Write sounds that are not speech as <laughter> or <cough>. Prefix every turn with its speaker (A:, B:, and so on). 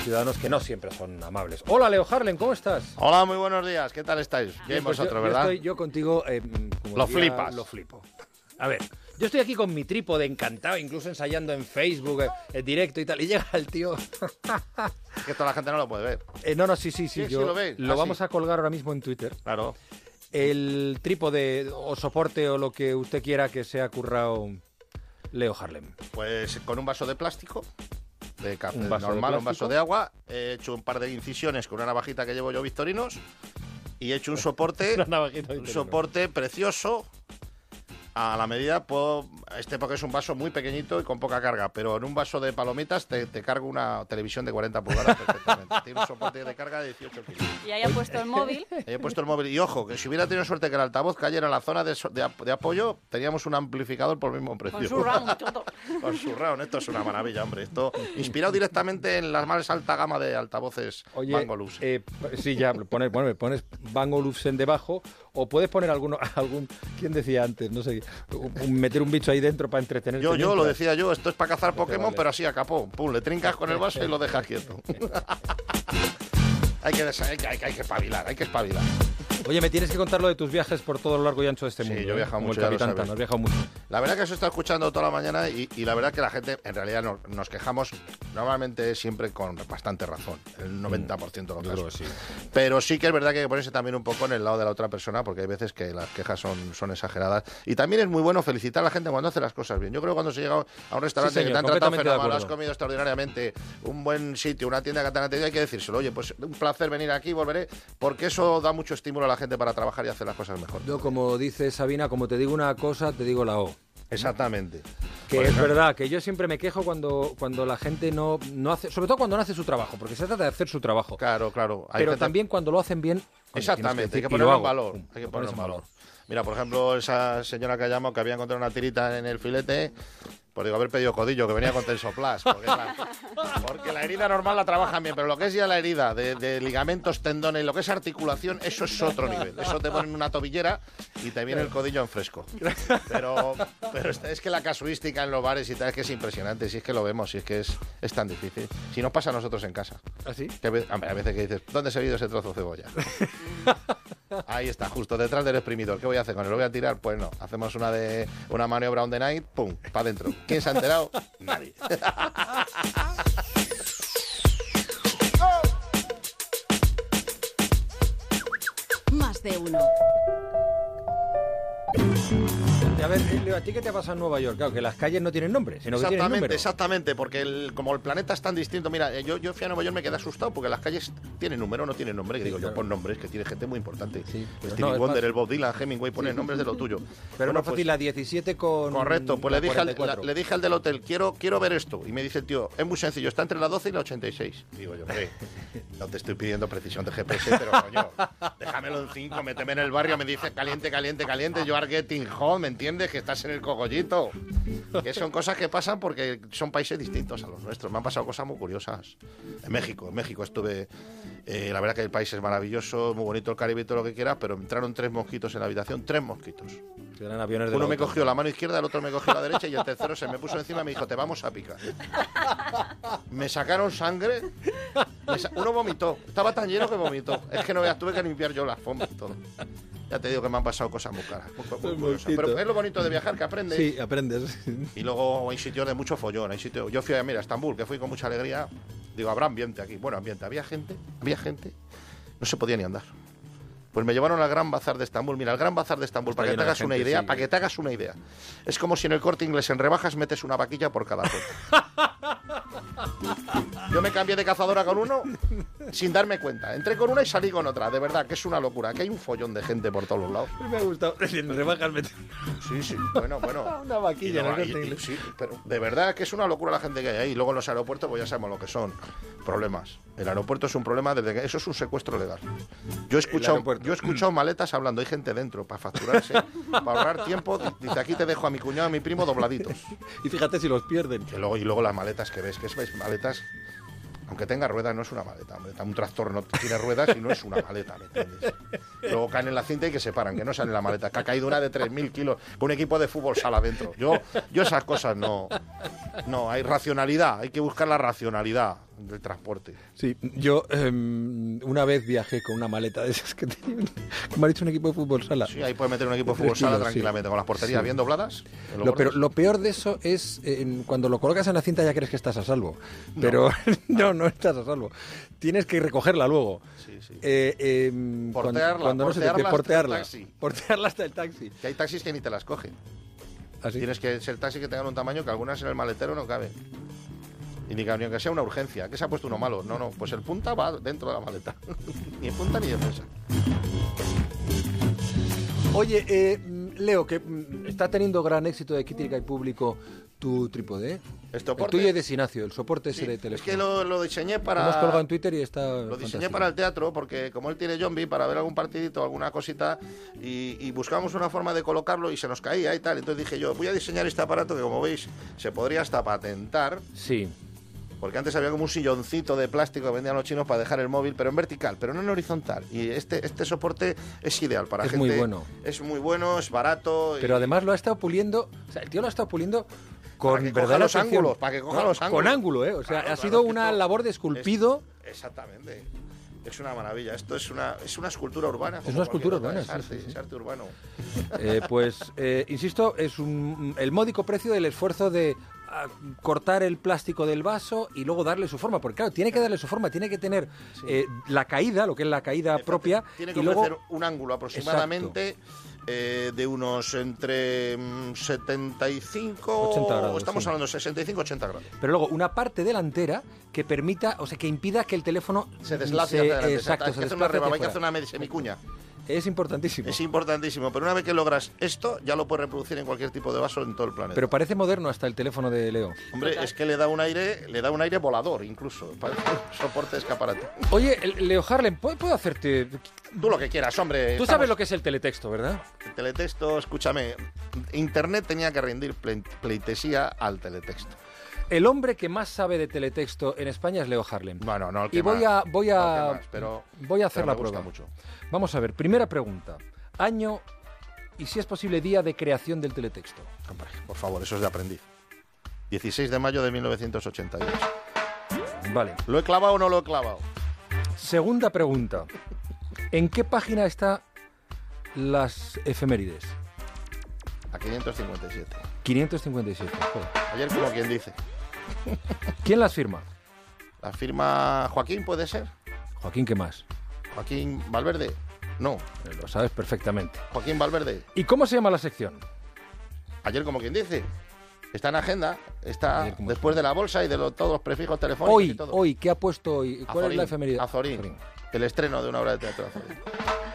A: ciudadanos que no siempre son amables. Hola, Leo Harlen, ¿cómo estás?
B: Hola, muy buenos días. ¿Qué tal estáis? Bien,
A: pues
B: vosotros,
A: yo,
B: ¿verdad?
A: Yo, estoy- yo contigo... eh, como
B: Lo
A: diría,
B: flipas.
A: Lo flipo. A ver, yo estoy aquí con mi trípode encantado, incluso ensayando en Facebook, eh, en directo y tal, y llega el tío...
B: Es Que toda la gente no lo puede ver.
A: Eh, no, no, sí, sí, sí.
B: Sí, sí,
A: yo,
B: lo veis. Ah,
A: vamos
B: sí.
A: a colgar ahora mismo en Twitter.
B: Claro.
A: El trípode o soporte o lo que usted quiera que sea currado Leo Harlem.
B: Pues con un vaso de plástico, de café
A: Un vaso de
B: normal, un
A: plástico.
B: vaso de agua, he hecho un par de incisiones con una navajita que llevo yo Victorinos y he
A: <laughs>
B: hecho un soporte,
A: Una navajita
B: un
A: Victorinos.
B: Eh, soporte precioso a la medida, puedo- este porque es un vaso muy pequeñito y con poca carga, pero en un vaso de palomitas te, te cargo una televisión de 40 pulgadas
A: <laughs>
B: perfectamente. Tiene un soporte de carga de 18 kilos.
C: Y ahí ha puesto el móvil.
B: He puesto el móvil. Y ojo, que si hubiera tenido suerte que el altavoz cayera en la zona de, so- de ap- de apoyo, teníamos un amplificador por el mismo precio.
C: Con su round, todo.
B: Con surround. Esto es una maravilla, hombre. Esto inspirado directamente en las más alta gama de altavoces
A: Oye,
B: Mango Lux.
A: eh, p- sí, ya, pones, bueno, me pones Van Olufsen debajo o puedes poner alguno, <laughs> algún, ¿quién decía antes? No sé, un- un- meter un bicho ahí dentro para entretener.
B: Yo, yo lo decía yo, esto es para cazar Pokémon,
A: vale.
B: pero así a capó. Pum, le trincas con el vaso y lo
A: <laughs>
B: dejas quieto. hay, que, desa- hay, que, hay que- hay que espabilar, hay que espabilar.
A: Oye, me tienes que contar lo de tus viajes por todo lo largo y ancho de este
B: Sí,
A: mundo.
B: yo he
A: ¿eh?
B: viajado
A: Como
B: mucho,
A: el
B: ya lo
A: Capitán
B: sabes.
A: Tano, has viajado mucho.
B: La verdad que os he estado escuchando toda la mañana y, y la verdad que la gente, en realidad, no- nos quejamos normalmente siempre con bastante razón, el 90% de los
A: Mm. creo
B: casos.
A: que sí.
B: Pero sí que es verdad que hay que ponerse también un poco en el lado de la otra persona, porque hay veces que las quejas son, son exageradas. Y también es muy bueno felicitar a la gente cuando hace las cosas bien. Yo creo que cuando se llega a un restaurante
A: señor,
B: que te han tratado
A: completamente de
B: fenomenal, has
A: acuerdo.
B: comido extraordinariamente, un buen sitio, una tienda que te han atendido, hay que decírselo, oye, pues un placer venir aquí, volveré, porque eso da mucho estímulo a la gente para trabajar y hacer las cosas mejor.
A: Yo, como dice Sabina, como te digo una cosa, te digo la O.
B: Exactamente.
A: Que
B: Por
A: es
B: ejemplo.
A: verdad, que yo siempre me quejo cuando, cuando la gente no, no hace, sobre todo cuando no hace su trabajo, porque se trata de hacer su trabajo.
B: Claro, claro. Hay
A: pero
B: gente-
A: también cuando lo hacen bien. coño, tienes
B: Exactamente, hay
A: decir,
B: que
A: "Y lo
B: ponerlo en
A: hago".
B: valor.
A: Pum,
B: Hay que
A: lo
B: ponerlo
A: pones
B: en valor. Mira, por ejemplo, esa señora que ha llamado que había encontrado una tirita en el filete, por digo, haber pedido codillo, que venía con tensoplast. Porque, la- porque la herida normal la trabajan bien, pero lo que es ya la herida de, de ligamentos, tendones, lo que es articulación, eso es otro nivel. Eso te ponen una tobillera y te viene el codillo en fresco. Pero, pero es- es que la casuística en los bares y tal es que es impresionante, si es que lo vemos, si es que es, es tan difícil. Si nos pasa a nosotros en casa.
A: ¿Así?
B: Que a ve- hombre, a veces que dices, ¿dónde se ha ido ese trozo de <laughs> cebolla? Ahí está, justo detrás del exprimidor. ¿Qué voy a hacer con él? ¿Lo voy a tirar? Pues no. Hacemos una de una maniobra on the night, pum, para adentro. ¿Quién se ha enterado? <laughs> Nadie.
D: Más de uno.
A: A ver, eh, Leo, ¿a ti qué te pasa en Nueva York? Claro, que las calles no tienen nombre, sino que tienen
B: Exactamente,
A: número.
B: exactamente, porque el- como el planeta es tan distinto, mira, eh, yo, yo fui a Nueva York me quedé asustado porque las calles tienen número, no tienen nombre, que digo yo
A: claro.
B: pon nombres, que tiene gente muy importante.
A: Sí, pero
B: Stevie
A: no, es
B: Wonder,
A: más-
B: el Bob Dylan, Hemingway, ponen nombres de lo tuyo.
A: Pero
B: Bueno,
A: no fácil,
B: pues-
A: la 17 con.
B: Correcto, pues
A: la
B: le dije, al, la-
A: 44.
B: le dije al del hotel, quiero, quiero ver esto. Y me dice el tío, es muy sencillo, está entre la 12 y la 86. Digo yo, hombre, no te estoy pidiendo precisión de GPS, pero coño, déjamelo en 5, méteme en el barrio, me dice caliente, caliente, caliente, you are getting home, ¿me entiendes? Que estás en el cogollito. Que son cosas que pasan porque son países distintos a los nuestros. Me han pasado cosas muy curiosas. En México, en México estuve, eh, la verdad que el país es maravilloso, muy bonito el Caribe y todo lo que quieras, pero entraron tres mosquitos en la habitación, tres mosquitos.
A: Que eran aviones de
B: Uno
A: la
B: me
A: OTAN.
B: cogió la mano izquierda, el otro me cogió la derecha y el tercero se me puso encima y me dijo, te vamos a picar. Me sacaron sangre. me sa- Uno vomitó. Estaba tan lleno que vomitó. Es que no veas, tuve que limpiar yo las fombas y todo. Ya te digo que me han pasado cosas muy caras. muy- muy curiosas. Pero es lo bonito de viajar, que aprendes.
A: Sí, aprendes. <laughs>
B: Y luego hay sitios de mucho follón. Hay sitios... Yo fui a, mira, a Estambul, que fui con mucha alegría. Digo, habrá ambiente aquí. Bueno, ambiente. Había gente, había gente. No se podía ni andar. Pues me llevaron al Gran Bazar de Estambul. Mira, al Gran Bazar de Estambul, para que te
A: lleno de
B: hagas una
A: gente,
B: idea,
A: sí.
B: para que te hagas una idea. Es como si en el corte inglés en rebajas metes una vaquilla por cada cosa. Yo me cambié de cazadora con uno sin darme cuenta. Entré con una y salí con otra. De verdad, que es una locura. Que hay un follón de gente por todos los lados.
A: me ha gustado. <laughs> En rebajas meter.
B: Sí, sí, bueno, bueno.
A: <laughs> Una vaquilla,
B: Y
A: ¿no?
B: luego ahí-
A: Corte
B: y-
A: Inglés.
B: sí, pero de verdad que es una locura la gente que hay ahí. Y Luego en los aeropuertos, pues ya sabemos lo que son. Problemas. El aeropuerto es un problema desde que. Eso es un secuestro legal. Yo he escuchado,
A: aeropuerto.
B: yo
A: <clears throat>
B: he escuchado maletas hablando, hay gente dentro para facturarse, para ahorrar tiempo. Dice aquí te dejo a mi cuñado, a mi primo dobladitos.
A: Y fíjate si los pierden.
B: Y luego, y luego las maletas que ves, que es ves maletas Aunque tenga ruedas, no es una maleta. hombre. Un tractor no tiene ruedas y no es una maleta, ¿me entiendes? Luego caen en la cinta y que se paran, que no sale la maleta. Que ha caído una de 3.000 kilos con un equipo de fútbol sala adentro. Yo, yo esas cosas no... No, hay racionalidad. Hay que buscar la racionalidad del transporte.
A: Sí, yo em, una vez viajé con una maleta de esas que <laughs> tenía, como ha dicho un equipo de fútbol sala.
B: Sí, ahí puedes meter un equipo de fútbol sala
A: Tranquilo, sí.
B: tranquilamente, con las porterías
A: Sí.
B: bien dobladas. te lo
A: Lo- pero
B: guardas.
A: lo peor de eso es eh, en- cuando lo colocas en la cinta ya crees que estás a salvo. Pero <laughs> no, no estás a salvo. Tienes que recogerla luego.
B: Sí, sí.
A: Eh, em, cuando-
B: Portearla,
A: cuando no se te-
B: portearla hasta el
A: portearla,
B: taxi.
A: Portearla hasta el taxi.
B: Que hay taxis que ni te las cogen.
A: Así.
B: Tienes que ser taxis que tengan un tamaño que algunas en el maletero no caben. Y ni que, ni que sea una urgencia. que se ha puesto uno malo? No, no. Pues el punta va dentro de la maleta. <laughs> ni en punta ni defensa.
A: Oye, eh, mm, Leo, que mm, está teniendo gran éxito de crítica y público tu trípode. ¿eh?
B: El soporte.
A: El tuyo es de Sinacio, el soporte ese
B: Sí,
A: de
B: es
A: teléfono.
B: que lo, lo diseñé para...
A: Lo hemos colgado en Twitter y está.
B: Lo diseñé
A: fantástico.
B: para el teatro porque como él tiene zombie para ver algún partidito, alguna cosita y, y buscábamos una forma de colocarlo y se nos caía y tal. Entonces dije yo, voy a diseñar este aparato que como veis se podría hasta patentar
A: Sí.
B: porque antes había como un silloncito de plástico que vendían los chinos para dejar el móvil, pero en vertical, pero no en horizontal. Y este, este soporte es ideal para
A: Es
B: gente.
A: muy bueno.
B: Es muy bueno, es barato. y-
A: Pero además lo ha estado puliendo. O sea, el tío lo ha estado puliendo
B: Para
A: con
B: que coja
A: verdadera
B: los
A: atención.
B: ángulos, para que coja los
A: Con
B: ángulos.
A: ángulo, ¿eh? O sea,
B: Claro,
A: ha
B: claro,
A: sido
B: que
A: una
B: esto
A: labor de
B: es-
A: esculpido.
B: Exactamente. Es una maravilla. Esto es una, es una escultura urbana. como
A: una escultura
B: cualquier otra.
A: urbana,
B: Es
A: sí,
B: arte,
A: sí, sí.
B: es arte urbano.
A: Eh, pues, eh, insisto, es un, el módico precio del esfuerzo de ah, cortar el plástico del vaso y luego darle su forma. Porque, claro, tiene que darle su forma, tiene que tener eh, la caída, lo que es la caída propia.
B: Tiene que
A: y luego,
B: ofrecer un ángulo aproximadamente eh, de unos entre mm, 75
A: 80 grados,
B: Estamos
A: sí.
B: hablando de 65-80 grados.
A: pero luego una parte delantera que permita, o sea, que impida que el teléfono
B: Se deslace
A: Mm, se-
B: hacia adelante.
A: Exacto,
B: hay
A: se
B: que hacer una
A: desplace
B: rebaba, hay que
A: hacia
B: hacer
A: fuera.
B: una med- semicuña.
A: Es importantísimo.
B: Es importantísimo. Pero una vez que logras esto, ya lo puedes reproducir en cualquier tipo de vaso en todo el planeta.
A: Pero parece moderno hasta el teléfono de Leo.
B: Hombre, es que le da un aire, le da un aire volador incluso. Para <laughs> un soporte de escaparate.
A: Oye, el- Leo Harlem, ¿puedo, puedo hacerte...? Tú
B: Tú lo que quieras, hombre.
A: sabes lo que es el teletexto, ¿verdad?
B: El teletexto, escúchame. Internet tenía que rendir ple- pleitesía al teletexto.
A: El hombre que más sabe de teletexto en España es Leo Harlem.
B: Bueno, no el que
A: y voy a
B: más,
A: voy a
B: no el que más, pero-
A: voy a hacer
B: pero
A: la
B: me gusta
A: prueba.
B: mucho.
A: Vamos a ver, primera pregunta. Año y si es posible día de creación del teletexto.
B: Hombre, por favor, eso es de aprendiz. 16 de mayo de 1988.
A: Vale.
B: ¿Lo he clavado o no lo he clavado?
A: Segunda pregunta. ¿En qué página está las efemérides?
B: A 557.
A: 557. joder.
B: Ayer como quien dice.
A: ¿Quién las firma?
B: La firma Joaquín, ¿puede ser?
A: Joaquín, ¿qué más?
B: Joaquín Valverde. No,
A: Eh, Lo sabes perfectamente.
B: Joaquín Valverde.
A: ¿Y cómo se llama la sección?
B: Ayer como quien dice. Está en agenda, está
A: Ayer como-
B: después de la bolsa y de lo- todos los prefijos telefónicos y
A: Hoy,
B: todo.
A: hoy, ¿qué ha puesto hoy? ¿Cuál es
B: Azorín,
A: la efeméride?
B: Azorín. El estreno de una obra de teatro. de Azorín.